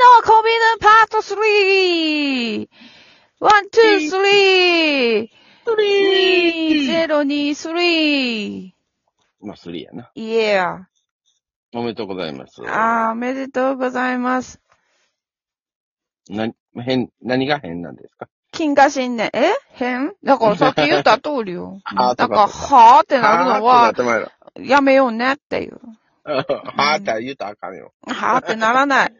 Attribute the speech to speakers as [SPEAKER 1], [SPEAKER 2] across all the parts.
[SPEAKER 1] Kingdom Part 3! 1, 2, 3!
[SPEAKER 2] スリー
[SPEAKER 1] 2023!
[SPEAKER 2] まあ、スリーやな。
[SPEAKER 1] Yeah!
[SPEAKER 2] おめでとうございます。
[SPEAKER 1] あー、おめでとうございます。
[SPEAKER 2] な、変、何が変なんですか。
[SPEAKER 1] 金河新年、え変だからさっき言った通りよ
[SPEAKER 2] あー
[SPEAKER 1] だ
[SPEAKER 2] そう
[SPEAKER 1] か、
[SPEAKER 2] から
[SPEAKER 1] はーってなるの
[SPEAKER 2] はー
[SPEAKER 1] は
[SPEAKER 2] っ、てなって
[SPEAKER 1] やめようねっていう。
[SPEAKER 2] まいのはーって言うたらあかんよ。
[SPEAKER 1] はーってならない。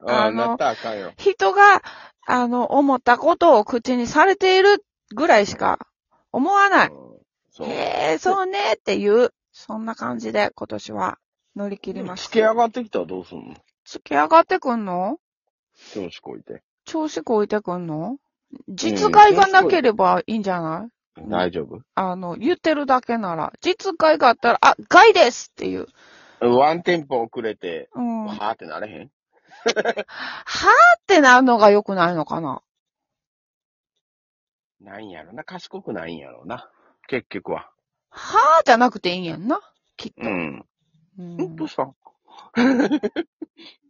[SPEAKER 2] あ
[SPEAKER 1] あ
[SPEAKER 2] あ、
[SPEAKER 1] の
[SPEAKER 2] なったらあかんよ。
[SPEAKER 1] 人が、あの、思ったことを口にされているぐらいしか思わない。
[SPEAKER 2] うんそう。
[SPEAKER 1] へえ、そうねっていう、そんな感じで今年は乗り切りまし
[SPEAKER 2] つ
[SPEAKER 1] た。
[SPEAKER 2] け上がってきたらどうすんの
[SPEAKER 1] 突き上がってくんの
[SPEAKER 2] 調子こいて。
[SPEAKER 1] 調子こいてくんの実害がなければいいんじゃない、ん
[SPEAKER 2] 大丈夫
[SPEAKER 1] あの、言ってるだけなら。実害があったら、あ、害ですっていう。
[SPEAKER 2] ワンテンポ遅れて、
[SPEAKER 1] うん。
[SPEAKER 2] は
[SPEAKER 1] は
[SPEAKER 2] ーってなれへん
[SPEAKER 1] ぁってなるのが良くないのかな
[SPEAKER 2] なんやろな。賢くないんやろな。結局は。
[SPEAKER 1] はぁじゃなくていいんやんな。きっと。
[SPEAKER 2] うん。
[SPEAKER 1] うん
[SPEAKER 2] んどうしたん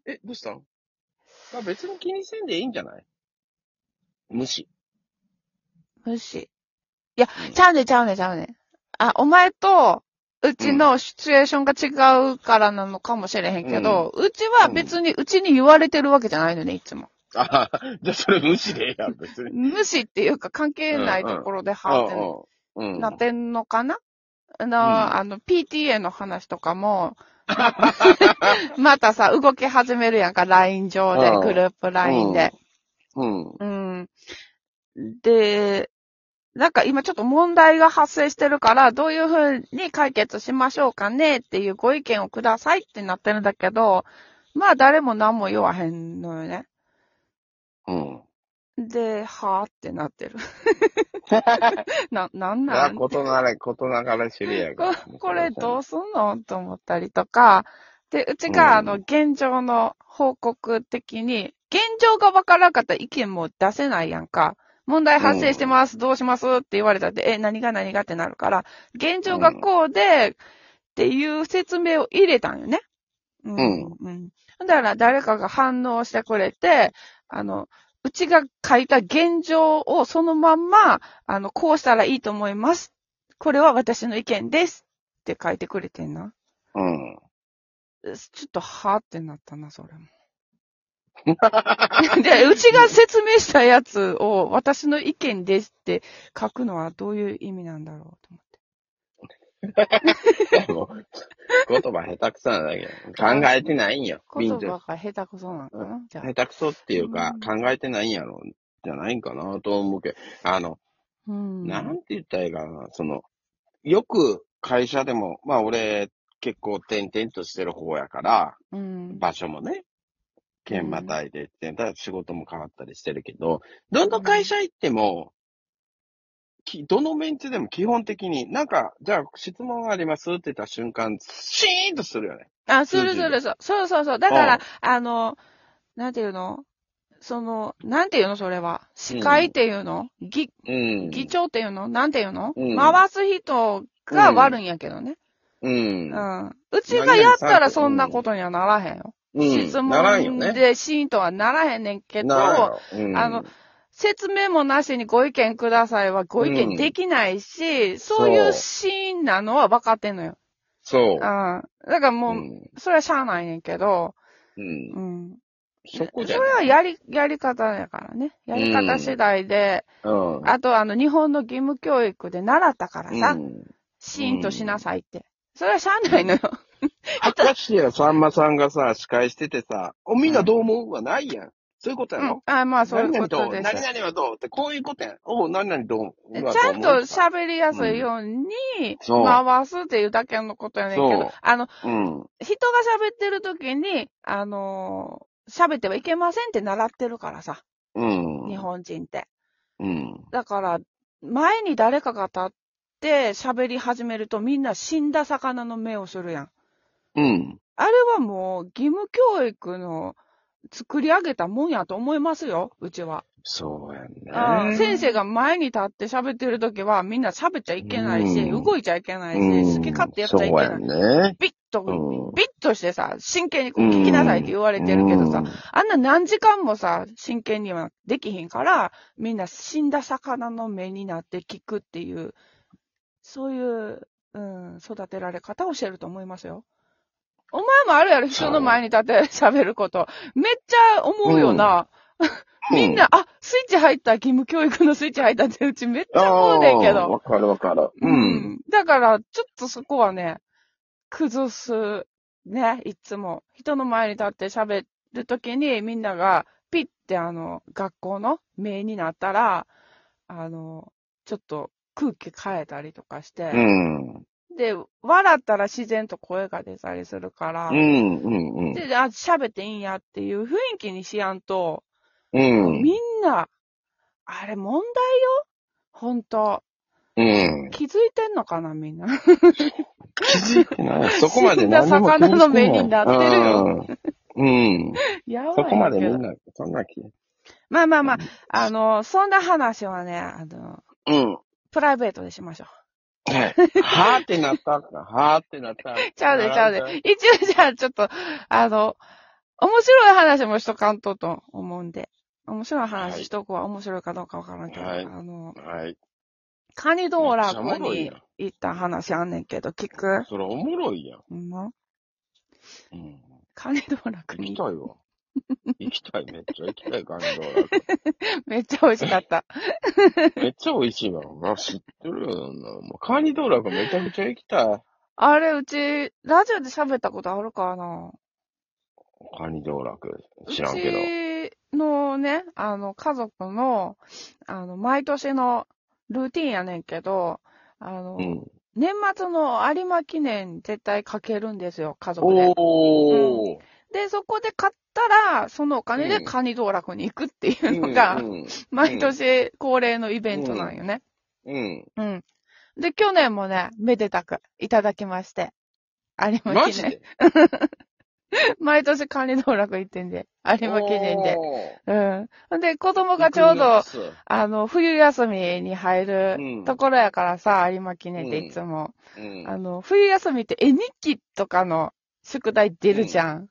[SPEAKER 2] え、どうしたんまあ別に気にせんでいいんじゃない無視。
[SPEAKER 1] 無視。いや
[SPEAKER 2] うん、
[SPEAKER 1] ちゃうねんちゃうねんちゃうねん。あ、お前と、うちのシチュエーションが違うからなのかもしれへんけど、うちは別に、うちに言われてるわけじゃないのね、いつも。
[SPEAKER 2] ああ、 じゃあそれ無視でええやん、別に。
[SPEAKER 1] 無視っていうか関係ないところでハーっ
[SPEAKER 2] うんう
[SPEAKER 1] て
[SPEAKER 2] ん。うん。
[SPEAKER 1] なってんのかなあの、
[SPEAKER 2] ん
[SPEAKER 1] あの、PTA の話とか も、 またさ、動き始めるやんか、LINE 上で
[SPEAKER 2] うん、
[SPEAKER 1] グループ LINE で。
[SPEAKER 2] うん。
[SPEAKER 1] うん。で、なんか今ちょっと問題が発生してるから、どういうふうに解決しましょうかねっていうご意見をくださいってなってるんだけど、まあ誰も何も言わへんのよね。
[SPEAKER 2] うん。
[SPEAKER 1] で、はーってなってる。な、なん
[SPEAKER 2] な
[SPEAKER 1] な
[SPEAKER 2] あ、
[SPEAKER 1] ん
[SPEAKER 2] ことなれ、ことながら知りやが
[SPEAKER 1] こ。これど
[SPEAKER 2] う
[SPEAKER 1] うすんのと思ったりとか、で、うちが、あ
[SPEAKER 2] うん
[SPEAKER 1] の、現状の報告的に、現状がわからんかったら意見も出せないやんか。問題発生してます、どうしますって言われたって、え、何が何がってなるから、現状がこうで、っていう説明を入れたんよね。ううん。だから誰かが反応してくれて、あの、うちが書いた現状をそのまんま、あの、こうしたらいいと思います。これは私の意見です。って書いてくれてんな。
[SPEAKER 2] うん。
[SPEAKER 1] ちょっとはーってなったな、それも。で、うちが説明したやつを私の意見ですって書くのはどういう意味なんだろうと思って。
[SPEAKER 2] もう言葉下手くそなだけや。考えてないんよ。
[SPEAKER 1] 言
[SPEAKER 2] 民族
[SPEAKER 1] 葉が下手くそなのかなじゃあ
[SPEAKER 2] 下。手くそっていうか、
[SPEAKER 1] う
[SPEAKER 2] 考えてないんやろ。じゃないんかなと思うけど。あの、
[SPEAKER 1] うん。
[SPEAKER 2] なんて言ったらいいかな。その、よく会社でも、まあ俺、結構点々としてる方やから、
[SPEAKER 1] うん。
[SPEAKER 2] 場所もね、県またいでって、だから仕事も変わったりしてるけど、どの会社行っても、きどのメンツでも基本的に、なんか、じゃあ質問ありますって言った瞬間、シーンとするよね。
[SPEAKER 1] あ、するす
[SPEAKER 2] 数字で
[SPEAKER 1] るそう。そうそうそう。だから、
[SPEAKER 2] うん
[SPEAKER 1] あの、なんていうのその、なんていうのそれは。司会っていうの、議、
[SPEAKER 2] うん。
[SPEAKER 1] 議長っていうのなんていうの、
[SPEAKER 2] うん
[SPEAKER 1] 回す人が悪いんやけどね。
[SPEAKER 2] うん
[SPEAKER 1] う。ん。うちがやったらそんなことにはならへんよ。
[SPEAKER 2] うん。
[SPEAKER 1] 質
[SPEAKER 2] ならんよ
[SPEAKER 1] 問
[SPEAKER 2] ね。
[SPEAKER 1] でシーンとはならへんねんけど、
[SPEAKER 2] ならんようん
[SPEAKER 1] あの、説明もなしにご意見くださいはご意見できないし、そういうシーンなのは分かってんのよ。
[SPEAKER 2] そう
[SPEAKER 1] うん。だ。からもう、
[SPEAKER 2] うん
[SPEAKER 1] それはしゃあないねんけど、
[SPEAKER 2] うん。
[SPEAKER 1] うん。
[SPEAKER 2] そこじゃ
[SPEAKER 1] それ
[SPEAKER 2] な。
[SPEAKER 1] はいやり、やり方やからね。やり方次第で、
[SPEAKER 2] うん。
[SPEAKER 1] あとあの、日本の義務教育で習ったからさ、
[SPEAKER 2] うん。
[SPEAKER 1] シーンとしなさいって。それはしゃあないのよ。
[SPEAKER 2] 明石やさんまさんがさ、司会しててさ、おみんなどう思うはないやん。そういうことやろ、
[SPEAKER 1] うん、あまあ、そうい
[SPEAKER 2] 何
[SPEAKER 1] うこ
[SPEAKER 2] 々
[SPEAKER 1] と
[SPEAKER 2] ど
[SPEAKER 1] で
[SPEAKER 2] う
[SPEAKER 1] す。
[SPEAKER 2] 何々はどうって、こういうことやん。おう、何々どう
[SPEAKER 1] ち
[SPEAKER 2] は
[SPEAKER 1] ゃんと
[SPEAKER 2] どう思う
[SPEAKER 1] 喋りやすいように、
[SPEAKER 2] そう
[SPEAKER 1] 回すっていうだけのことやねんけど、
[SPEAKER 2] そう
[SPEAKER 1] あの、
[SPEAKER 2] うん。
[SPEAKER 1] 人が喋ってる時に、あのー喋ってはいけませんって習ってるからさ、
[SPEAKER 2] うん。
[SPEAKER 1] 日本人って。
[SPEAKER 2] うん。
[SPEAKER 1] だから、前に誰かが立って喋り始めるとみんな死んだ魚の目をするやん。
[SPEAKER 2] うん。
[SPEAKER 1] あれはもう義務教育の作り上げたもんやと思いますよ、うちは。
[SPEAKER 2] そうやんね。
[SPEAKER 1] あー先生が前に立って喋ってる時は、みんな喋っちゃいけないし、
[SPEAKER 2] うん
[SPEAKER 1] 動いちゃいけないうし、
[SPEAKER 2] ん
[SPEAKER 1] 好き勝手やっちゃいけない。
[SPEAKER 2] そうやんね。
[SPEAKER 1] ビッと、
[SPEAKER 2] うん
[SPEAKER 1] ビッとしてさ、真剣にこう聞きなさいって言われてるけどさ、
[SPEAKER 2] うん
[SPEAKER 1] あんな何時間もさ、真剣にはできひんから、みんな死んだ魚の目になって聞くっていう、そういう、うん、育てられ方をしてると思いますよ。お前もあるやろ、人の前に立って喋ること。めっちゃ思うよな。みんな、あ、スイッチ入った、義務教育のスイッチ入ったってうちめっちゃ思うねんけ
[SPEAKER 2] あー
[SPEAKER 1] ど。
[SPEAKER 2] わかるわかる。う。
[SPEAKER 1] うんん。だから、ちょっとそこはね、崩す、ね、いつも。人の前に立って喋るときに、みんなが、ピッてあの、学校の名になったら、あの、ちょっと空気変えたりとかし
[SPEAKER 2] う
[SPEAKER 1] て、
[SPEAKER 2] ん。うん。
[SPEAKER 1] で、笑ったら自然と声が出たりするから、
[SPEAKER 2] うん。うん。
[SPEAKER 1] で、あ、喋っていいんやっていう雰囲気にしやんと、
[SPEAKER 2] うん。
[SPEAKER 1] みんな、あれ問題よ本当
[SPEAKER 2] うん。
[SPEAKER 1] 気づいてんのかな、みんな。
[SPEAKER 2] 気づいてない。そこまで何も
[SPEAKER 1] 死んだ魚の目になってるよ
[SPEAKER 2] うん。うん。
[SPEAKER 1] やばい
[SPEAKER 2] そこまで
[SPEAKER 1] け
[SPEAKER 2] み
[SPEAKER 1] ど
[SPEAKER 2] んな、そんな気。
[SPEAKER 1] まあまあまあ、あの、そんな話はね、あの、
[SPEAKER 2] うん。
[SPEAKER 1] プライベートでしましょう。
[SPEAKER 2] はい。はーってなったらあかんはーってな ったらあかん。
[SPEAKER 1] ちゃうで、ちゃう
[SPEAKER 2] な
[SPEAKER 1] で
[SPEAKER 2] らん。
[SPEAKER 1] 一応じゃあ、ちょっと、あの、面白い話もしとかんとと思うんで。面白い話しとくは面白いかどうかわからんけど、
[SPEAKER 2] はい
[SPEAKER 1] あの、
[SPEAKER 2] かんはい。
[SPEAKER 1] カニ道楽
[SPEAKER 2] めっちゃおもろい
[SPEAKER 1] に
[SPEAKER 2] やん
[SPEAKER 1] 行った話あんねんけど、聞く
[SPEAKER 2] それおもろいやん。
[SPEAKER 1] ほんま
[SPEAKER 2] うん。
[SPEAKER 1] カニ道楽
[SPEAKER 2] 行き
[SPEAKER 1] に。
[SPEAKER 2] たいわ。 行きたい、めっちゃ行きたい感じだわ。
[SPEAKER 1] めっちゃ美味しかった。
[SPEAKER 2] めっちゃ美味しいわ。まあ、知ってるよ、そんな。もう、カニ道楽めちゃくちゃ行きたい。
[SPEAKER 1] あれ、うち、ラジオで喋ったことあるかな
[SPEAKER 2] カニ道楽。知らんけど。
[SPEAKER 1] うちのね、あの、家族の、あの、毎年のルーティンやねんけど、あの、
[SPEAKER 2] うん。
[SPEAKER 1] 年末の有馬記念絶対かけるんですよ、家族で。
[SPEAKER 2] おー。
[SPEAKER 1] で、そこで買ったら、そのお金で
[SPEAKER 2] うん
[SPEAKER 1] カニ道楽に行くっていううのが、
[SPEAKER 2] ん。
[SPEAKER 1] 毎年恒例のイベントなんよね。
[SPEAKER 2] うん。
[SPEAKER 1] うん。で、去年もね、めでたくいただきまして。有馬
[SPEAKER 2] マ
[SPEAKER 1] 記
[SPEAKER 2] ジ
[SPEAKER 1] 念。
[SPEAKER 2] で
[SPEAKER 1] 毎年カニ道楽行ってんで。有馬記念で。
[SPEAKER 2] お
[SPEAKER 1] うん。で、子供
[SPEAKER 2] ー
[SPEAKER 1] がちょう
[SPEAKER 2] 行
[SPEAKER 1] ど、
[SPEAKER 2] くや
[SPEAKER 1] あの、冬休みに入
[SPEAKER 2] う
[SPEAKER 1] る
[SPEAKER 2] ん
[SPEAKER 1] ところやからさ、有馬記念って
[SPEAKER 2] うん
[SPEAKER 1] いつも。
[SPEAKER 2] つうん
[SPEAKER 1] あの、冬休みって絵日記とかの宿題出るじゃん。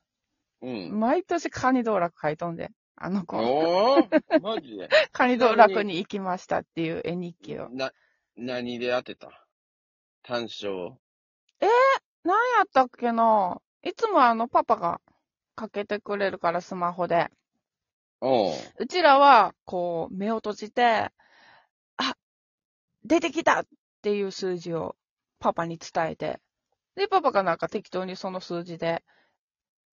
[SPEAKER 2] うん。
[SPEAKER 1] 毎年カニ道楽書いとんで、あの子。
[SPEAKER 2] おーマジで
[SPEAKER 1] カニ道楽に行きましたっていう絵日記を。
[SPEAKER 2] な、何で当てた単勝。
[SPEAKER 1] 何やったっけないつもあの、パパがかけてくれるから、スマホで。
[SPEAKER 2] おう
[SPEAKER 1] うちらは、こう、目を閉じて、あ、出てきたっていう数字をパパに伝えて、で、パパがなんか適当にその数字で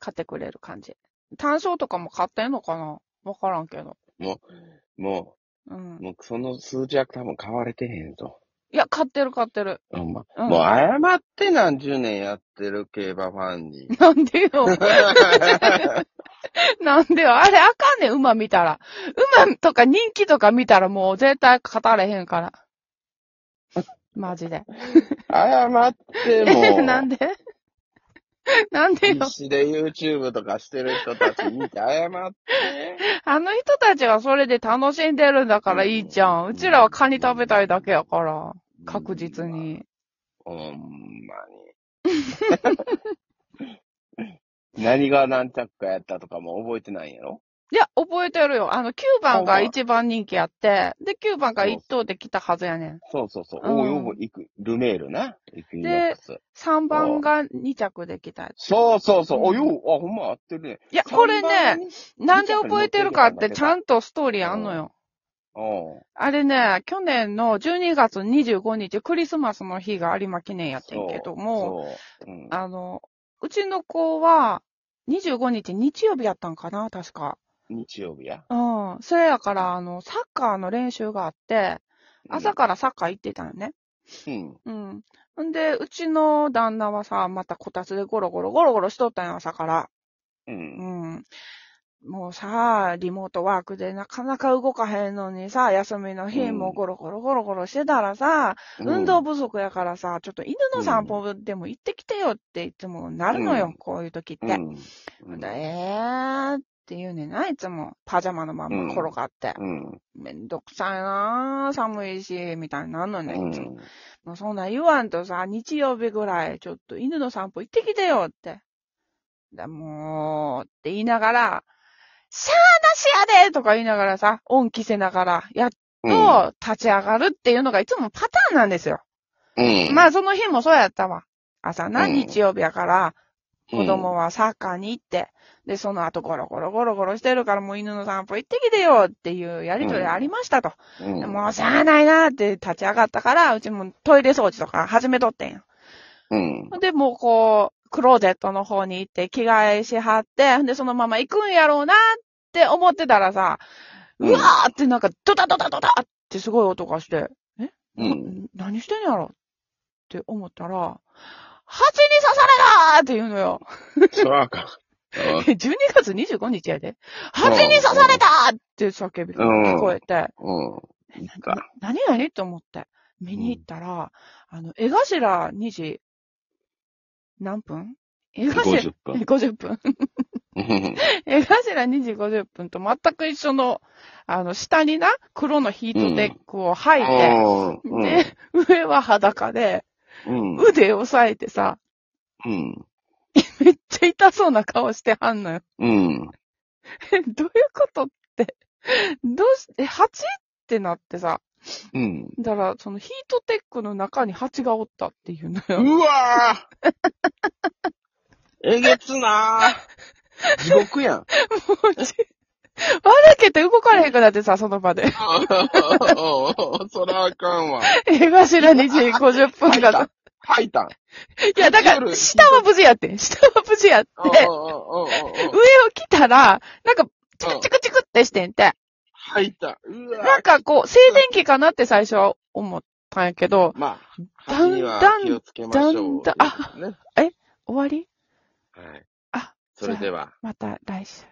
[SPEAKER 1] 買ってくれる感じ。単勝とかも買ってんのかなわからんけど。
[SPEAKER 2] も
[SPEAKER 1] うん
[SPEAKER 2] う、。もうその数字は多分買われてへんぞ。
[SPEAKER 1] いや、買ってる買ってる。
[SPEAKER 2] ほんま。
[SPEAKER 1] うん
[SPEAKER 2] もう謝って何十年やってる競馬ファンに。
[SPEAKER 1] なんでよ。なんでよ。あれあかんねん、馬見たら。馬とか人気とか見たらもう絶対勝たれへん から。マジで。
[SPEAKER 2] 謝っても
[SPEAKER 1] え、 なんでなんでよ
[SPEAKER 2] 必。死で YouTube とかしてる人たち見て謝って。
[SPEAKER 1] あの人たちはそれで楽しんでるんだからいいじゃん。
[SPEAKER 2] うん
[SPEAKER 1] うちらはカニ食べたいだけやから。確実に。
[SPEAKER 2] ほんま に。何が何着かやったとかも覚えてないんやろ
[SPEAKER 1] いや、覚えてるよ。あの、9番が一番人気やって、で、9番が
[SPEAKER 2] そう
[SPEAKER 1] 1等で来たはずやねん。
[SPEAKER 2] そうそうそう。
[SPEAKER 1] うん
[SPEAKER 2] おいおい、行く、ルメールな。行くイノックス。
[SPEAKER 1] 3番が2着で来たやつ。
[SPEAKER 2] そうそうそう。
[SPEAKER 1] うん
[SPEAKER 2] おいおい、あ、ほんま合ってるね。
[SPEAKER 1] いや、これ
[SPEAKER 2] 看板
[SPEAKER 1] ね、
[SPEAKER 2] に。
[SPEAKER 1] なんで覚えてるかってちゃんとストーリーあんのよ。
[SPEAKER 2] おう
[SPEAKER 1] あれね、去年の12月25日、クリスマスの日が有馬記念やってんけども、
[SPEAKER 2] そう。うん
[SPEAKER 1] あの、うちの子は25日日曜日やったんかな、確か。
[SPEAKER 2] 日曜日や。
[SPEAKER 1] うん。それやから、あの、サッカーの練習があって、朝からサッカー行ってたよね。
[SPEAKER 2] うん。
[SPEAKER 1] うん。んで、うちの旦那はさ、またこたつでゴロゴロゴロゴロしとったんよ、朝から。
[SPEAKER 2] う。
[SPEAKER 1] うんん。もうさ、リモートワークでなかなか動かへんのにさ、休みの日
[SPEAKER 2] うん
[SPEAKER 1] もゴロゴロゴロゴロしてたらさ、運動不足やからさ、ちょっと犬の散歩でも行ってきてよっていつもなるのよ、
[SPEAKER 2] うん
[SPEAKER 1] こういう時っ
[SPEAKER 2] う
[SPEAKER 1] て。
[SPEAKER 2] ん。うん
[SPEAKER 1] ほんでえーっって言うねんな、いつも。パジャマのまま転がって。
[SPEAKER 2] うん。
[SPEAKER 1] めんどくさいなぁ、寒いし、みたいになんの
[SPEAKER 2] う
[SPEAKER 1] ね、いつも。
[SPEAKER 2] ん。
[SPEAKER 1] もうそんなん言わんとさ、日曜日ぐらい、ちょっと犬の散歩行ってきてよって。だ、もう、って言いながら、しゃーなしやでとか言いながらさ、恩着せながら、やっ
[SPEAKER 2] うん
[SPEAKER 1] と立ち上がるっていうのがいつもパターンなんですよ。
[SPEAKER 2] うん。
[SPEAKER 1] まあその日もそうやったわ。朝な、
[SPEAKER 2] うん
[SPEAKER 1] 日曜日やから、
[SPEAKER 2] うん
[SPEAKER 1] 子供はサッカーに行って、で、その後ゴロゴロゴロゴロしてるからもう犬の散歩行ってきてよっていうやりとりありましたと。
[SPEAKER 2] うん
[SPEAKER 1] もうしゃあないなーって立ち上がったから、うちもトイレ掃除とか始めとってんや。
[SPEAKER 2] うん。
[SPEAKER 1] で、もうこう、クローゼットの方に行って着替えしはって、で、そのまま行くんやろうなーって思ってたらさ、
[SPEAKER 2] うん
[SPEAKER 1] うわーってなんかドタドタドタってすごい音がして、え、な
[SPEAKER 2] うん
[SPEAKER 1] 何してんやろって思ったら、蜂に刺されたーって言うのよ。
[SPEAKER 2] そらあかん。
[SPEAKER 1] 12月25日やで。蜂に刺されたーって叫びが聞こえて、
[SPEAKER 2] うん。うん。いいか。
[SPEAKER 1] 何何と思って、見に行ったら、あの、江頭2時、何分江頭、
[SPEAKER 2] 50分。
[SPEAKER 1] 50分。
[SPEAKER 2] うん
[SPEAKER 1] 江頭2時50分と全く一緒の、あの、下にな、黒のヒートテックを履いて、
[SPEAKER 2] うん。
[SPEAKER 1] で、上は裸で、
[SPEAKER 2] うん。
[SPEAKER 1] 腕を押さえてさ、
[SPEAKER 2] うん。
[SPEAKER 1] めっちゃ痛そうな顔してはんのよ。
[SPEAKER 2] うん。
[SPEAKER 1] えどういうことって、どうし、え、蜂ってなってさ、
[SPEAKER 2] うん。
[SPEAKER 1] だから、そのヒートテックの中に蜂がおったっていうのよ。
[SPEAKER 2] うわぁえげつなぁ地獄やん。
[SPEAKER 1] もうち、わだけて動かれへんくなってさ、その場で。
[SPEAKER 2] そらあかんわ。
[SPEAKER 1] 江頭2時50分
[SPEAKER 2] 吐い
[SPEAKER 1] が。
[SPEAKER 2] た。吐いた。
[SPEAKER 1] いや、だか
[SPEAKER 2] 夜
[SPEAKER 1] ら、下は無事やってん。下は無事やって。
[SPEAKER 2] うん
[SPEAKER 1] 上を
[SPEAKER 2] うんうんうんうん
[SPEAKER 1] 着たら、なんか、チ
[SPEAKER 2] う
[SPEAKER 1] ク
[SPEAKER 2] ん
[SPEAKER 1] チクチクってしてんて。
[SPEAKER 2] 吐いた。う
[SPEAKER 1] な
[SPEAKER 2] わ
[SPEAKER 1] んかこう、静電気かなって最初は思ったんやけど、
[SPEAKER 2] まあ、
[SPEAKER 1] だん
[SPEAKER 2] 吐きには気をつけましょ
[SPEAKER 1] だ
[SPEAKER 2] う。
[SPEAKER 1] んだん
[SPEAKER 2] ということでね
[SPEAKER 1] 終わり
[SPEAKER 2] はい。
[SPEAKER 1] あ、
[SPEAKER 2] それでは。
[SPEAKER 1] また来週。